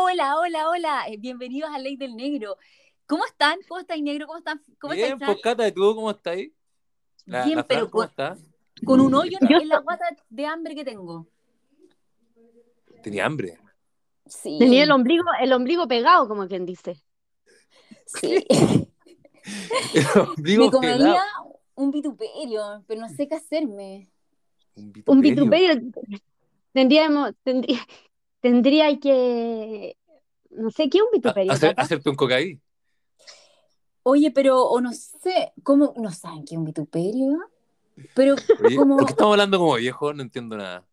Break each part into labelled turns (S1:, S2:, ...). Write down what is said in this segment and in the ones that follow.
S1: Hola, hola, hola. eh, Bienvenidos a Ley del Negro. ¿Cómo están? ¿Cómo estáis, negro? ¿Cómo están? ¿Cómo
S2: Bien,
S1: estáis, Fran?
S2: pues Cata, ¿y tú cómo estás ahí? La,
S1: Bien,
S2: la Fran,
S1: pero
S2: ¿cómo
S1: con,
S2: está?
S1: con un hoyo en,
S3: Yo-
S1: en la guata de hambre que tengo.
S2: Tenía hambre.
S1: Sí.
S3: Tenía el ombligo, el ombligo pegado, como quien dice.
S1: sí.
S2: Digo,
S1: Me comería
S2: pelado.
S1: un vituperio, pero no sé qué hacerme.
S2: Un Ah, vituperio.
S3: Un vituperio. Tendríamos, tendría, tendría que. No sé, ¿qué es un vituperio?
S2: Ah, Hacer-
S3: Cata?
S2: hacerte un cocaí.
S1: Oye, pero, o no sé, ¿cómo? ¿No saben qué es un vituperio? Pero
S2: Oye,
S1: como,
S2: ¿Por qué estamos hablando como viejo? No entiendo nada.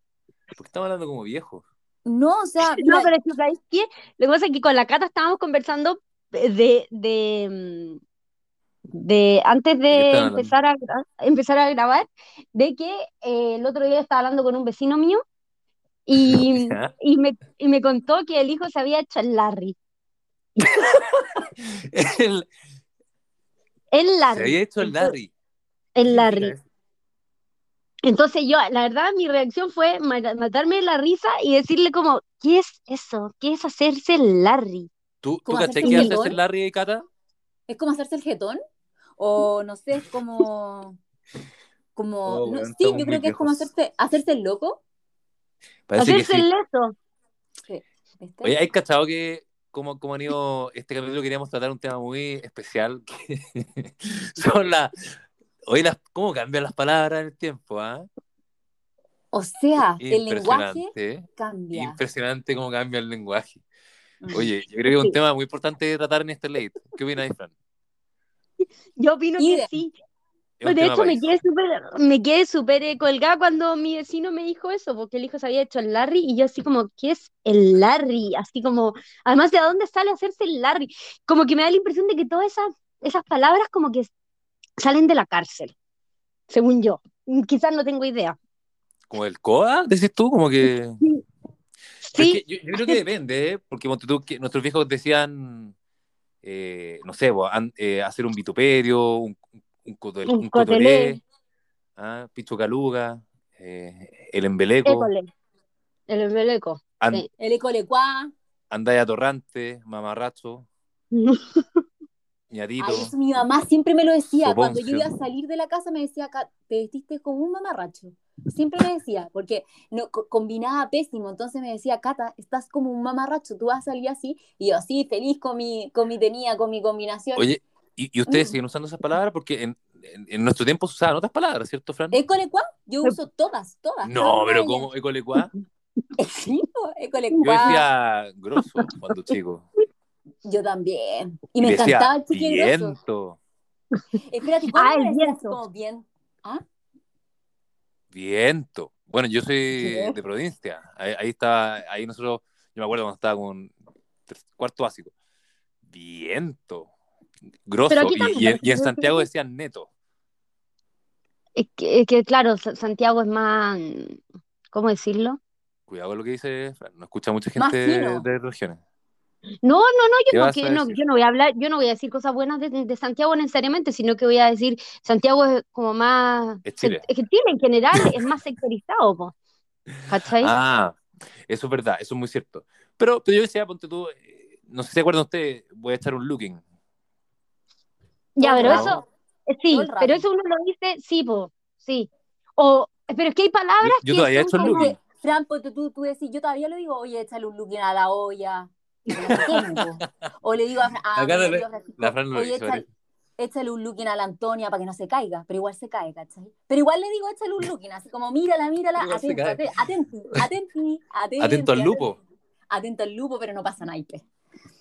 S2: ¿Por qué estamos hablando como viejo?
S1: no, o sea,
S3: No,
S1: mira,
S3: pero es que, ¿sabes qué? Lo que pasa es que con la Cata estábamos conversando de, de, de- antes
S2: qué
S3: de
S2: estaban hablando?
S3: empezar a, gra- empezar a grabar, de que eh, el otro día estaba hablando con un vecino mío y,
S2: ¿Ya?
S3: y me, y me contó que el hijo se había hecho el Larry.
S2: El-
S3: El
S2: se
S3: Larry.
S2: había hecho el Larry.
S3: El
S2: Mira,
S3: Larry. Entonces yo, la verdad, mi reacción fue ma- matarme de la risa y decirle como, ¿qué es eso? ¿Qué es hacerse el Larry?
S2: ¿Tú, tú
S1: ¿Cómo
S2: cachai
S1: hacerse
S2: qué
S1: un
S2: hace
S1: bigón?
S2: el Larry, Cata?
S1: es como hacerse el jetón, o no sé, es como, como,
S2: Oh,
S1: no,
S2: weón,
S1: sí,
S2: estamos
S1: yo
S2: muy
S1: creo que es como
S2: viejos.
S1: hacerse, hacerse el loco,
S2: Parece que
S3: hacerse
S2: sí.
S3: el leso.
S1: ¿viste?
S2: Oye, ¿hay cachado que como, como han ido este capítulo queríamos tratar un tema muy especial que son las hoy las cómo cambian las palabras en el tiempo, ¿ah?
S1: O sea, el lenguaje
S2: Impresionante.
S1: cambia.
S2: Impresionante cómo cambia el lenguaje.
S1: Mm.
S2: Oye, yo creo que es un
S3: Sí.
S2: tema muy importante de tratar en este late. ¿Qué opinas, Fran?
S3: Yo opino que
S1: Idem.
S3: sí.
S2: Es un
S3: Pues de
S2: tema
S3: hecho, me
S2: país.
S3: quedé súper, me quedé súper eh, colgada cuando mi vecino me dijo eso, porque el hijo se había hecho el Larry, y yo así como, ¿qué es el Larry? Así como, además, ¿de dónde sale hacerse el Larry? Como que me da la impresión de que todas esas, esas palabras como que salen de la cárcel, según yo. Quizás no tengo idea.
S2: como el COA, decís tú, como que Pero es
S3: Sí,
S2: que yo, yo creo que depende, ¿eh? porque ponte tú que nuestros viejos decían, eh, no sé, bo, an- eh, hacer un vituperio, un, un, cotel-
S3: Un
S2: un
S3: cotelé.
S2: cotolé, ah, picho caluga, eh, el embeleco,
S3: école, el embeleco.
S2: and,
S3: sí.
S1: El ecolecuá,
S2: andaya torrante, mamarracho, ñatito.
S1: ay, eso mi mamá siempre me lo decía, cuando yo
S2: Soponcio.
S1: iba a salir de la casa me decía, "Kat, te vestiste como un mamarracho. Siempre me decía, porque no, co- combinaba pésimo, entonces me decía, Cata, estás como un mamarracho, tú vas a salir así, y yo así, feliz con mi, con mi tenía, con mi combinación.
S2: Oye, ¿y, y
S3: Mm.
S2: ustedes siguen usando esas palabras? Porque en, en- en nuestro tiempo se usaban otras palabras, ¿cierto, Fran?
S1: Ecolecuá, yo uso todas, todas. cada
S2: No,
S1: una
S2: pero
S1: de
S2: como ecolecuá.
S1: ellas. Sí, po,
S2: Yo
S1: ecolecuá,
S2: decía grosso cuando chico.
S1: yo también. Y me
S2: decía
S1: encantaba el chicle grosso.
S2: viento,
S1: Espérate,
S3: Ah,
S1: ¿cuándo
S3: el
S1: me decías
S3: viento.
S1: como bien? ¿Ah?
S2: Viento. Bueno, yo soy
S1: ¿Qué?
S2: de provincia. Ahí, ahí estaba, ahí nosotros, yo me acuerdo cuando estaba con ter- cuarto básico. Viento. Grosso.
S3: Pero aquí
S2: Y-
S3: también
S2: Y, en-
S3: parece
S2: y en
S3: que-
S2: Santiago decían neto.
S3: Es que, es que, claro, Sa- Santiago es más, ¿cómo decirlo?
S2: Cuidado con lo que dice, Fran, no escucha mucha
S1: Más
S2: gente
S1: fino.
S2: de, de regiones.
S3: No, no, no,
S2: ¿Qué
S3: yo no,
S2: vas
S3: que
S2: a
S3: no,
S2: decir?
S3: yo no voy a hablar, yo no voy a decir cosas buenas de, de Santiago necesariamente, sino que voy a decir, Santiago es como más,
S2: Es Chile.
S3: es que Chile en general es más sectorizado, po, ¿cachai?
S2: Ah, eso es verdad, eso es muy cierto. Pero, pero yo decía, ponte tú, eh, no sé si se acuerdan ustedes, voy a echar un looking.
S3: Ya,
S1: Todo el
S3: pero
S2: rato.
S3: eso, eh, sí,
S1: Todo el rato.
S3: pero eso uno lo dice, sí, po, sí. O, pero es que hay
S2: Yo,
S3: palabras
S2: yo
S3: que
S2: todavía he
S3: son
S2: hecho el
S3: como,
S2: looking.
S1: Fran, pues, tú, tú decís, yo todavía le digo, oye, échale un looking a la olla. pero no tengo. O le digo a Fran, ah,
S2: Acá
S1: mira,
S2: la-
S1: le digo a Francisco,
S2: la Fran lo
S1: oye,
S2: hizo, ¿eh?
S1: échale, échale un looking a la Antonia para que no se caiga, pero igual se cae, ¿cachai? Pero igual le digo, échale un looking, así como, mírala, mírala,
S2: Igual se
S1: atento,
S2: cae.
S1: atento, atento, atento, atento,
S2: Atento al lupo.
S1: Atento al lupo, pero no pasa naipe.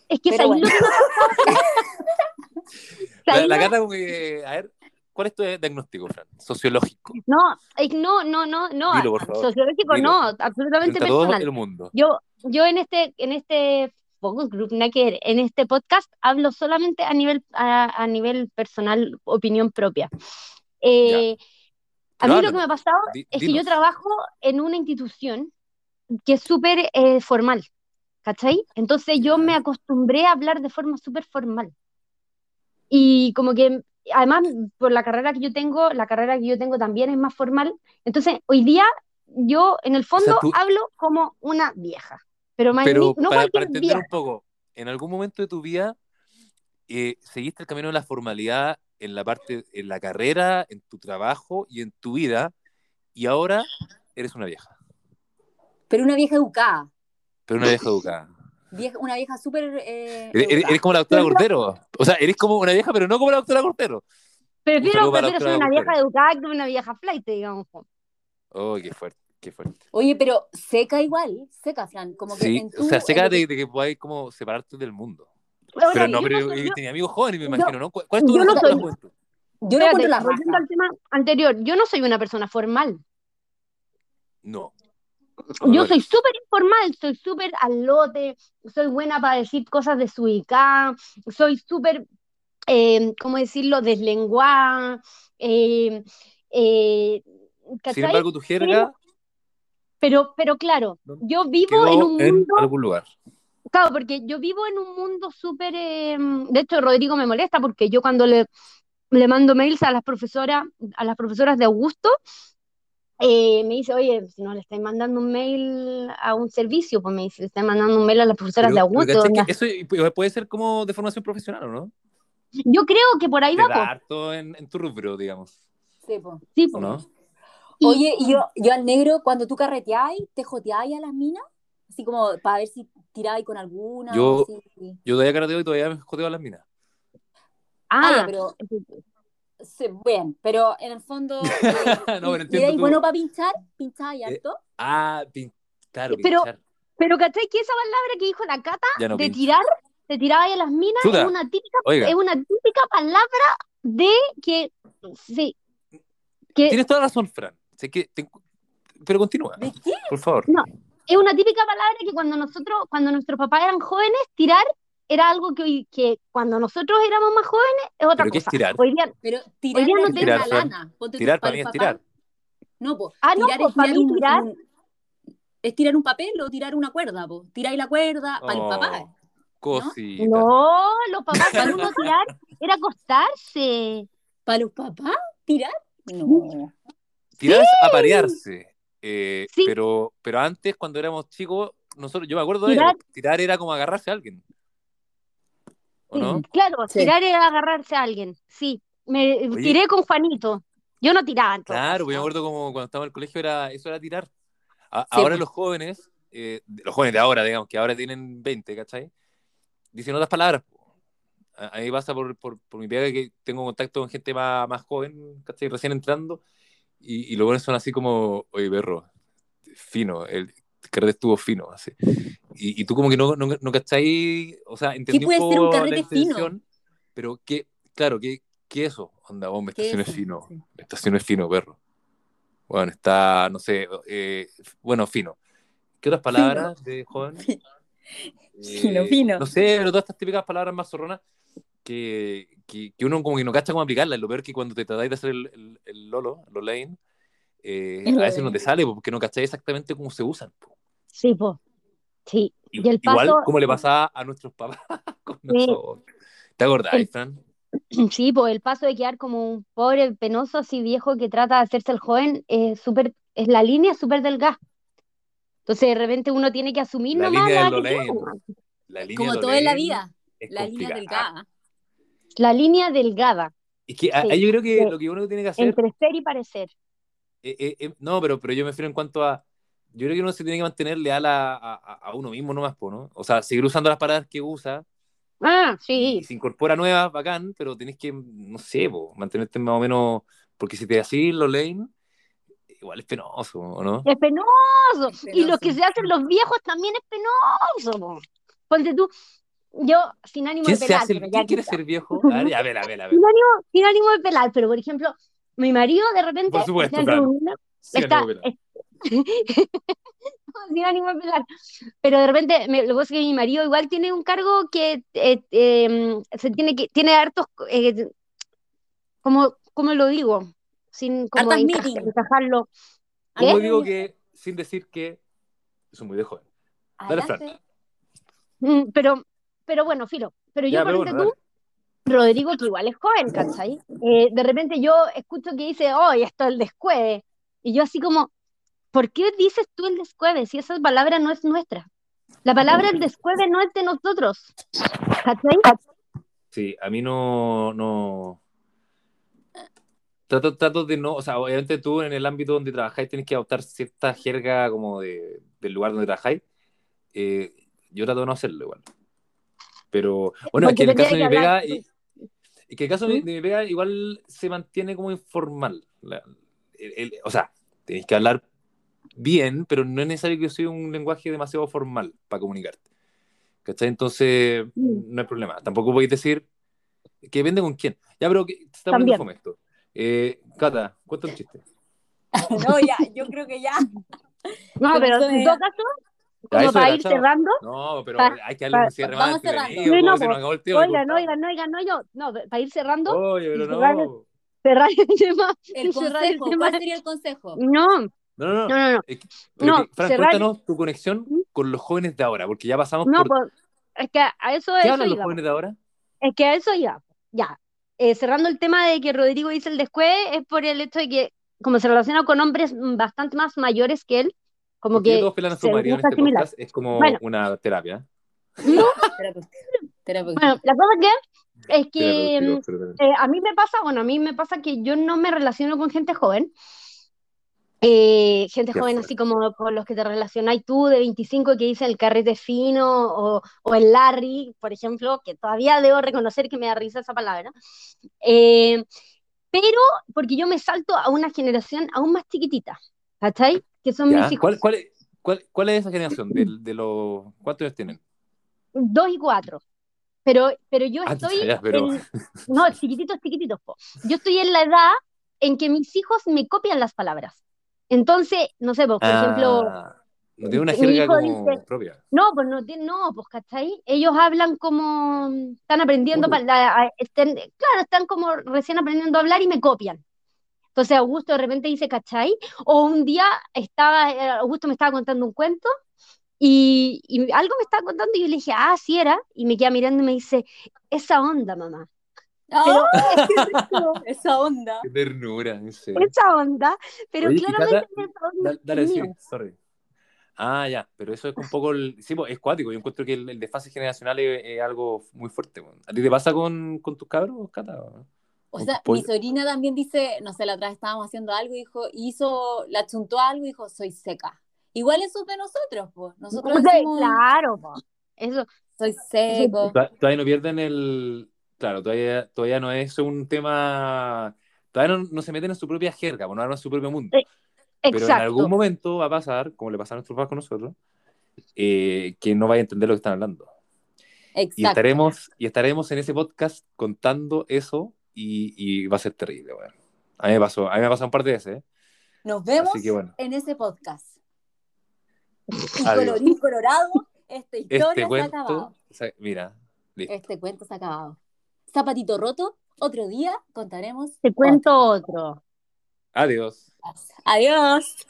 S3: es que
S1: Pero
S3: ahí
S1: bueno.
S3: lo que me pasa,
S2: La,
S3: ahí
S2: la
S3: lo-
S2: gata como que, a ver, ¿cuál es tu diagnóstico, Fran? Sociológico.
S3: no, eh, no, no, no, no,
S2: Dilo, por favor.
S3: sociológico
S2: Dilo.
S3: no, absolutamente
S2: Frente a todo
S3: personal.
S2: el mundo.
S3: Yo, yo en este, en este focus group, nada que ver, en este podcast hablo solamente a nivel, a, a nivel personal, opinión propia. Eh, a
S2: Pero
S3: mí lo
S2: háblanos,
S3: que me ha pasado
S2: di-
S3: es que yo
S2: dinos.
S3: trabajo en una institución que es súper eh, formal, ¿cachai? Entonces yo
S2: Ya.
S3: me acostumbré a hablar de forma súper formal. Y como que, además, por la carrera que yo tengo, la carrera que yo tengo también es más formal. Entonces, hoy día yo, en el fondo,
S2: tú-
S3: hablo como una vieja. Pero,
S2: Pero
S3: magnífico, no
S2: para, para
S3: cualquier
S2: entender
S3: día.
S2: un poco, ¿en algún momento de tu vida eh, seguiste el camino de la formalidad en la parte, en la carrera, en tu trabajo y en tu vida? Y ahora eres una vieja,
S1: Pero una vieja educada.
S2: pero una vieja educada.
S1: Vieja- una vieja súper. eh,
S2: Eres, eres-
S1: educada.
S2: eres como la doctora Cordero. O sea, eres como una vieja, pero no como la doctora Cordero.
S3: Prefiero,
S2: saludo para
S3: prefiero
S2: la
S3: ser una
S2: doctora
S3: vieja educada que una vieja flight, digamos. po.
S2: Oh, qué fuerte, qué fuerte.
S1: Oye, pero seca igual, seca, Fran. Como que
S2: Sí,
S1: en tu,
S2: o sea, seca
S1: en lo que-
S2: de, de que podáis como separarte del mundo.
S3: Bueno,
S2: Pero
S3: y
S2: no,
S3: yo
S2: pero eh,
S3: no
S2: yo,
S3: soy-
S2: yo
S3: yo-
S2: tenía amigos jóvenes, me
S1: No,
S2: imagino, ¿no? ¿Cuál cuál es tu
S3: yo no
S2: relación con la
S3: soy-
S2: juventud?
S1: Yo no encuentro
S3: espérate,
S1: la
S3: volviendo
S1: raja.
S3: al tema anterior, yo no soy una persona formal.
S2: No.
S3: Yo soy
S2: Dolores.
S3: súper informal, soy súper al lote, soy buena para decir cosas desubicadas, soy súper, eh, ¿cómo decirlo?, deslenguada. eh, eh,
S2: Sin
S3: ¿cachai?
S2: embargo, tu jerga
S3: Pero, pero claro, yo vivo en
S2: quedó
S3: un
S2: en
S3: mundo,
S2: algún lugar.
S3: claro, porque yo vivo en un mundo súper, eh, de hecho Rodrigo me molesta porque yo cuando le, le mando mails a las profesoras, a las profesoras de Augusto, eh, me dice, oye, si no le estáis mandando un mail a un servicio, pues me dice, le estáis mandando un mail a las profesoras
S2: Pero-
S3: de
S2: pero
S3: Augusto.
S2: ¿cachai que
S3: onda".
S2: eso puede ser como de formación profesional, ¿o no?
S3: Yo creo que por ahí
S2: Te
S3: va,
S2: da
S3: pues.
S2: harto en, en tu rubro, digamos.
S1: Sí, po.
S3: Sí,
S2: ¿O
S3: po.
S2: no?
S3: Y-
S1: Oye, y yo, yo al negro, cuando tú carreteáis, ¿te joteáis a las minas? Así como para ver si tiráis con alguna.
S2: Yo-
S1: así.
S2: Yo todavía carteo y todavía me jodeo a las minas.
S1: Ah, ya,
S3: Ah,
S1: pero sí, bien, pero en el fondo, eh,
S2: no, pero
S1: ¿y
S2: entiendo
S1: erais
S2: tú.
S1: bueno para pinchar? ¿Pincháis
S2: Eh,
S1: harto?
S2: Ah, pin- claro,
S3: Pero-
S2: pinchar.
S3: pero ¿cachai que esa palabra que dijo la Cata
S2: Ya no
S3: de
S2: pincho.
S3: tirar, de tirar ahí a las minas,
S2: Chuta.
S3: es una típica,
S2: Oiga,
S3: es una típica palabra de que, sí, que
S2: tienes toda la razón, Fran. Sé que te- Pero continúa,
S1: ¿De qué?
S2: por favor.
S3: No. es una típica palabra que cuando nosotros, cuando nuestros papás eran jóvenes, tirar era algo que, hoy- que cuando nosotros éramos más jóvenes es otra
S2: ¿Pero qué es
S3: cosa.
S2: tirar?
S3: Hoy día-
S1: Pero
S3: Hoy
S1: tirar
S3: día no
S1: es
S3: tengo-
S1: tirar la
S2: Tirar, Fran.
S1: lana. Ponte tú,
S2: Tirar para
S1: para
S2: mí
S1: el
S2: es
S1: papá.
S2: tirar.
S1: No, po.
S3: ah, no,
S1: Tirar
S3: pues,
S1: es
S3: para
S1: tirar
S3: mí
S1: un,
S3: tirar,
S1: un- es tirar un papel o tirar una cuerda, po. Tiráis la cuerda Ah, para el
S2: Oh,
S1: papá.
S2: Cosita.
S3: no, los papás para uno tirar era acostarse.
S1: ¿Para los papás? ¿Tirar? No.
S2: Tirar es aparearse. Eh,
S3: Sí.
S2: pero, pero antes, cuando éramos chicos, nosotros, yo me acuerdo de
S3: Tirar.
S2: eso, tirar era como agarrarse a alguien. ¿O no?
S3: Claro,
S1: Sí.
S3: tirar era agarrarse a alguien, sí. Me
S2: Oye.
S3: tiré con Juanito. Yo no tiraba en todo
S2: Claro,
S3: caso.
S2: porque yo me acuerdo como cuando estaba en el colegio era, eso era tirar. A-
S1: Sí,
S2: ahora
S1: po.
S2: los jóvenes, eh, los jóvenes de ahora, digamos, que ahora tienen 20, ¿cachai? Dicen otras palabras. po. A, a mí pasa por, por, por mi pega que tengo contacto con gente más, más joven, ¿cachai? Recién entrando. Y, y los buenos son así como, oye, perro, fino, el carrete estuvo fino, así. Y, y tú como que no, no, no cachai, o sea, entendí
S1: puede
S2: un
S1: ser un
S2: poco la
S1: carrete fino?
S2: intención, pero que, claro, que, que eso, onda, bomba,
S1: ¿Qué
S2: estación es
S1: eso?
S2: fino.
S1: Sí.
S2: La estación es fino, perro. Bueno, está, no sé, eh, bueno, fino. ¿Qué otras palabras de joven? Eh,
S1: Fino, fino.
S2: No sé, pero todas estas típicas palabras más zorronas que, que, que uno como que no cacha cómo aplicarlas. Lo peor es que cuando te tratáis de hacer el, el, el lolo, lo lane, eh,
S1: El
S2: a veces
S1: lolain.
S2: no te sale porque no cacháis exactamente cómo se usan. po.
S3: Sí, po. Sí.
S2: I-
S3: Y
S2: Igual
S3: el paso,
S2: como le pasaba a nuestros papás con nosotros. ¿Te
S3: El-
S2: acordás, Fran?
S3: sí, po, el paso de quedar como un pobre penoso así viejo que trata de hacerse el joven es súper, es la línea súper delgada. Entonces de repente uno tiene que asumir
S2: La
S3: nomás
S2: línea
S3: la
S2: del
S3: que tiene,
S2: Lolain.
S3: weón.
S2: La línea
S1: Como
S2: del
S1: todo en la
S2: Lolain
S1: vida,
S2: es
S1: la línea
S2: complicada.
S1: delgada.
S3: La línea delgada
S2: Es que ah,
S3: Sí,
S2: ah, yo creo que
S3: sí.
S2: lo que uno tiene que hacer
S3: entre ser y parecer.
S2: Eh, eh, eh, no, pero, pero yo me refiero en cuanto a. Yo creo que uno se tiene que mantener leal a, a- a uno mismo nomás, po, ¿no? O sea, seguir usando las palabras que usa
S3: Ah,
S2: y,
S3: sí.
S2: se incorpora nuevas, bacán, pero tenés que, no sé, po, mantenerte más o menos. Porque si te decís lo lame, igual es penoso, ¿o no?
S3: Es penoso.
S1: Es
S3: Y los que
S1: penoso.
S3: se hacen los viejos también es penoso. po. Ponte tú, yo sin ánimo
S2: ¿Quién
S3: de
S2: se
S3: pelar,
S2: hace? el-
S3: pero ya
S2: ¿Quién quiere
S3: quizá.
S2: ser viejo? A ver, a ver, a ver. A ver.
S3: Sin ánimo, sin ánimo de pelar, pero por ejemplo, mi marido de repente
S2: Por supuesto,
S3: está en
S2: claro.
S3: reunión,
S2: Sí,
S3: está,
S2: ánimo, pero-
S3: sin ánimo de pelar. Pero de repente, me, lo que pasa es que mi marido igual tiene un cargo que eh, eh, se tiene que, tiene hartos, eh, como, ¿cómo lo digo? Sin como
S1: Hartas
S3: encaja-
S1: meeting.
S3: encajarlo. ¿Qué?
S2: Como digo que, sin decir que. Soy muy de joven. Dale, Fran.
S1: Adelante.
S3: Mm, Pero, pero bueno, filo. Pero yo,
S2: Ya,
S3: por
S2: pero
S3: ejemplo,
S2: bueno,
S3: tú, Rodrigo, que igual es joven, ¿cachai? Eh, de repente yo escucho que dice, oh, esto es el descueve. Y yo así como, ¿por qué dices tú el descueve si esa palabra no es nuestra? La palabra el descueve no es de nosotros. ¿Cachai?
S2: Sí, a mí no, no. Trato, trato de no, o sea, obviamente tú en el ámbito donde trabajáis tenés que adoptar cierta jerga como de, del lugar donde trabajáis. Eh, yo trato de no hacerlo igual. Pero bueno, es que
S3: Eh, Porque
S2: en el caso de
S3: te tiene
S2: mi
S3: que
S2: pega,
S3: hablar ¿Mm?
S2: y- es que el caso de, de mi pega igual se mantiene como informal. La- el- el- o sea, tenéis que hablar bien, pero no es necesario que sea un lenguaje demasiado formal para comunicarte. ¿Cachai? Entonces,
S3: Mm.
S2: no hay problema. Tampoco podéis decir que depende con quién. Ya, pero que se está poniendo
S3: También.
S2: fome esto. Eh, Cata, cuenta un chiste.
S1: No, ya, yo creo que ya.
S3: No,
S1: Pero
S3: pero
S1: eso
S3: en
S1: es-
S3: todo caso,
S2: Ya,
S3: como
S2: eso
S3: para
S2: era,
S3: ir
S2: chao.
S3: cerrando,
S2: No, pero
S3: Pa-
S2: hay que darle
S3: pa-
S2: un cierre
S1: vamos
S2: más
S1: cerrando.
S2: entretenido.
S3: Sí,
S2: po,
S3: no,
S2: se
S3: po.
S2: nos acabó el tema.
S3: oigan,
S2: Gustavo.
S3: oigan, oigan, oigan, no, para ir cerrando,
S2: Oye, pero no.
S3: cerrar-
S2: No,
S3: cerrar el tema,
S1: El
S3: cerrar el
S1: consejo,
S3: tema.
S1: ¿cuál sería el consejo?
S3: No, no,
S2: no, no.
S3: no, no.
S2: Es que- pero
S3: No,
S2: que, Fran,
S3: cerrar-
S2: cuéntanos tu conexión
S3: ¿Mm?
S2: con los jóvenes de ahora, porque ya pasamos
S3: No,
S2: por.
S3: pues, es que a eso, a
S2: ¿Qué
S3: eso
S2: hablan los
S3: íbamos.
S2: jóvenes de ahora?
S3: Es que a eso iba. Ya. Eh, cerrando el tema de que Rodrigo dice el después, es por el hecho de que, como se relaciona con hombres mm, bastante más mayores que él, como
S2: Porque
S3: que
S2: todos pelan a su
S3: se
S2: marido en
S3: gusta
S2: este
S3: similar.
S2: podcast, es como
S3: Bueno.
S2: una terapia.
S1: Terapeuta. Terapeuta.
S3: Bueno, la cosa que es que
S2: Terapéutico,
S3: mm,
S2: absolutamente.
S3: eh, a mí me pasa, bueno, a mí me pasa que yo no me relaciono con gente joven. Eh, gente
S2: Qué
S3: joven
S2: fuerte.
S3: así como con los que te relacionas tú de 25 que dice el carrete fino o, o el Larry, por ejemplo, que todavía debo reconocer que me da risa esa palabra. Eh, pero porque yo me salto a una generación aún más chiquitita, ¿cachai? Que son
S2: ¿Ya?
S3: mis hijos,
S2: ¿Cuál, cuál, es- cuál, cuál es esa generación? De, de los, ¿Cuántos años tienen?
S3: dos y cuatro. Pero, pero yo
S2: Ah,
S3: estoy
S2: ya, pero.
S3: en... No, chiquititos, chiquititos, po. Yo estoy en la edad en que mis hijos me copian las palabras. Entonces, no sé, pues, por ejemplo...
S2: Ah, no tiene una
S3: mi
S2: jerga
S3: hijo
S2: como
S3: dice-
S2: propia.
S3: No, pues no, tie- no, pues ¿cachai? Ellos hablan como, están aprendiendo, pa- la- a- estén- claro, están como recién aprendiendo a hablar y me copian. Entonces Augusto de repente dice, ¿cachai? O un día estaba, eh, Augusto me estaba contando un cuento y, y algo me estaba contando y yo le dije, ah, sí era, y me queda mirando y me dice, esa onda, mamá, pero-
S1: ¡Ah! ¿Qué es esto? Esa onda.
S2: Qué ternura, en serio.
S3: esa onda, pero
S2: Oye, y
S3: claramente
S2: Cata,
S3: esa onda
S2: Da-
S3: es
S2: Dale, sí,
S3: mío.
S2: sorry. Ah, ya, pero eso es un poco el. Sí, pues, es cuático. Yo encuentro que el, el desfase generacional es, es algo muy fuerte. weón. ¿A ti te pasa con, con tus cabros, Cata? o no?
S1: O
S2: Con
S1: sea,
S2: tus
S1: mi
S2: pollos.
S1: sobrina también dice, no sé, la otra vez estábamos haciendo algo, y dijo, hizo, la chuntó algo y dijo, soy seca. Igual eso es de nosotros, pues. Nosotros
S3: Entonces,
S1: decimos,
S3: claro, po. eso,
S1: soy seco.
S2: Tod- Todavía no pierden el. Claro, todavía, todavía no es un tema. Todavía no, no se meten en su propia jerga, pues, no arman su propio mundo.
S3: Eh,
S2: Pero en algún
S3: exacto.
S2: momento va a pasar, como le pasa a nuestros papás con nosotros, eh, que no vaya a entender lo que están hablando. Y
S1: Exacto.
S2: estaremos, y estaremos en ese podcast contando eso y, y va a ser terrible, weón. A mí me pasó, a mí me ha pasado un par de veces, ¿eh?
S1: Nos vemos
S2: Así que bueno.
S1: en ese podcast. Y
S2: Adiós.
S1: colorín colorado, esta
S2: Este
S1: historia se ha acabado.
S2: cuento, o sea, mira, listo.
S1: Este cuento se ha acabado. Zapatito roto, otro día
S2: Ah.
S1: contaremos.
S3: Te cuento otro.
S2: Adiós.
S1: otras. Adiós.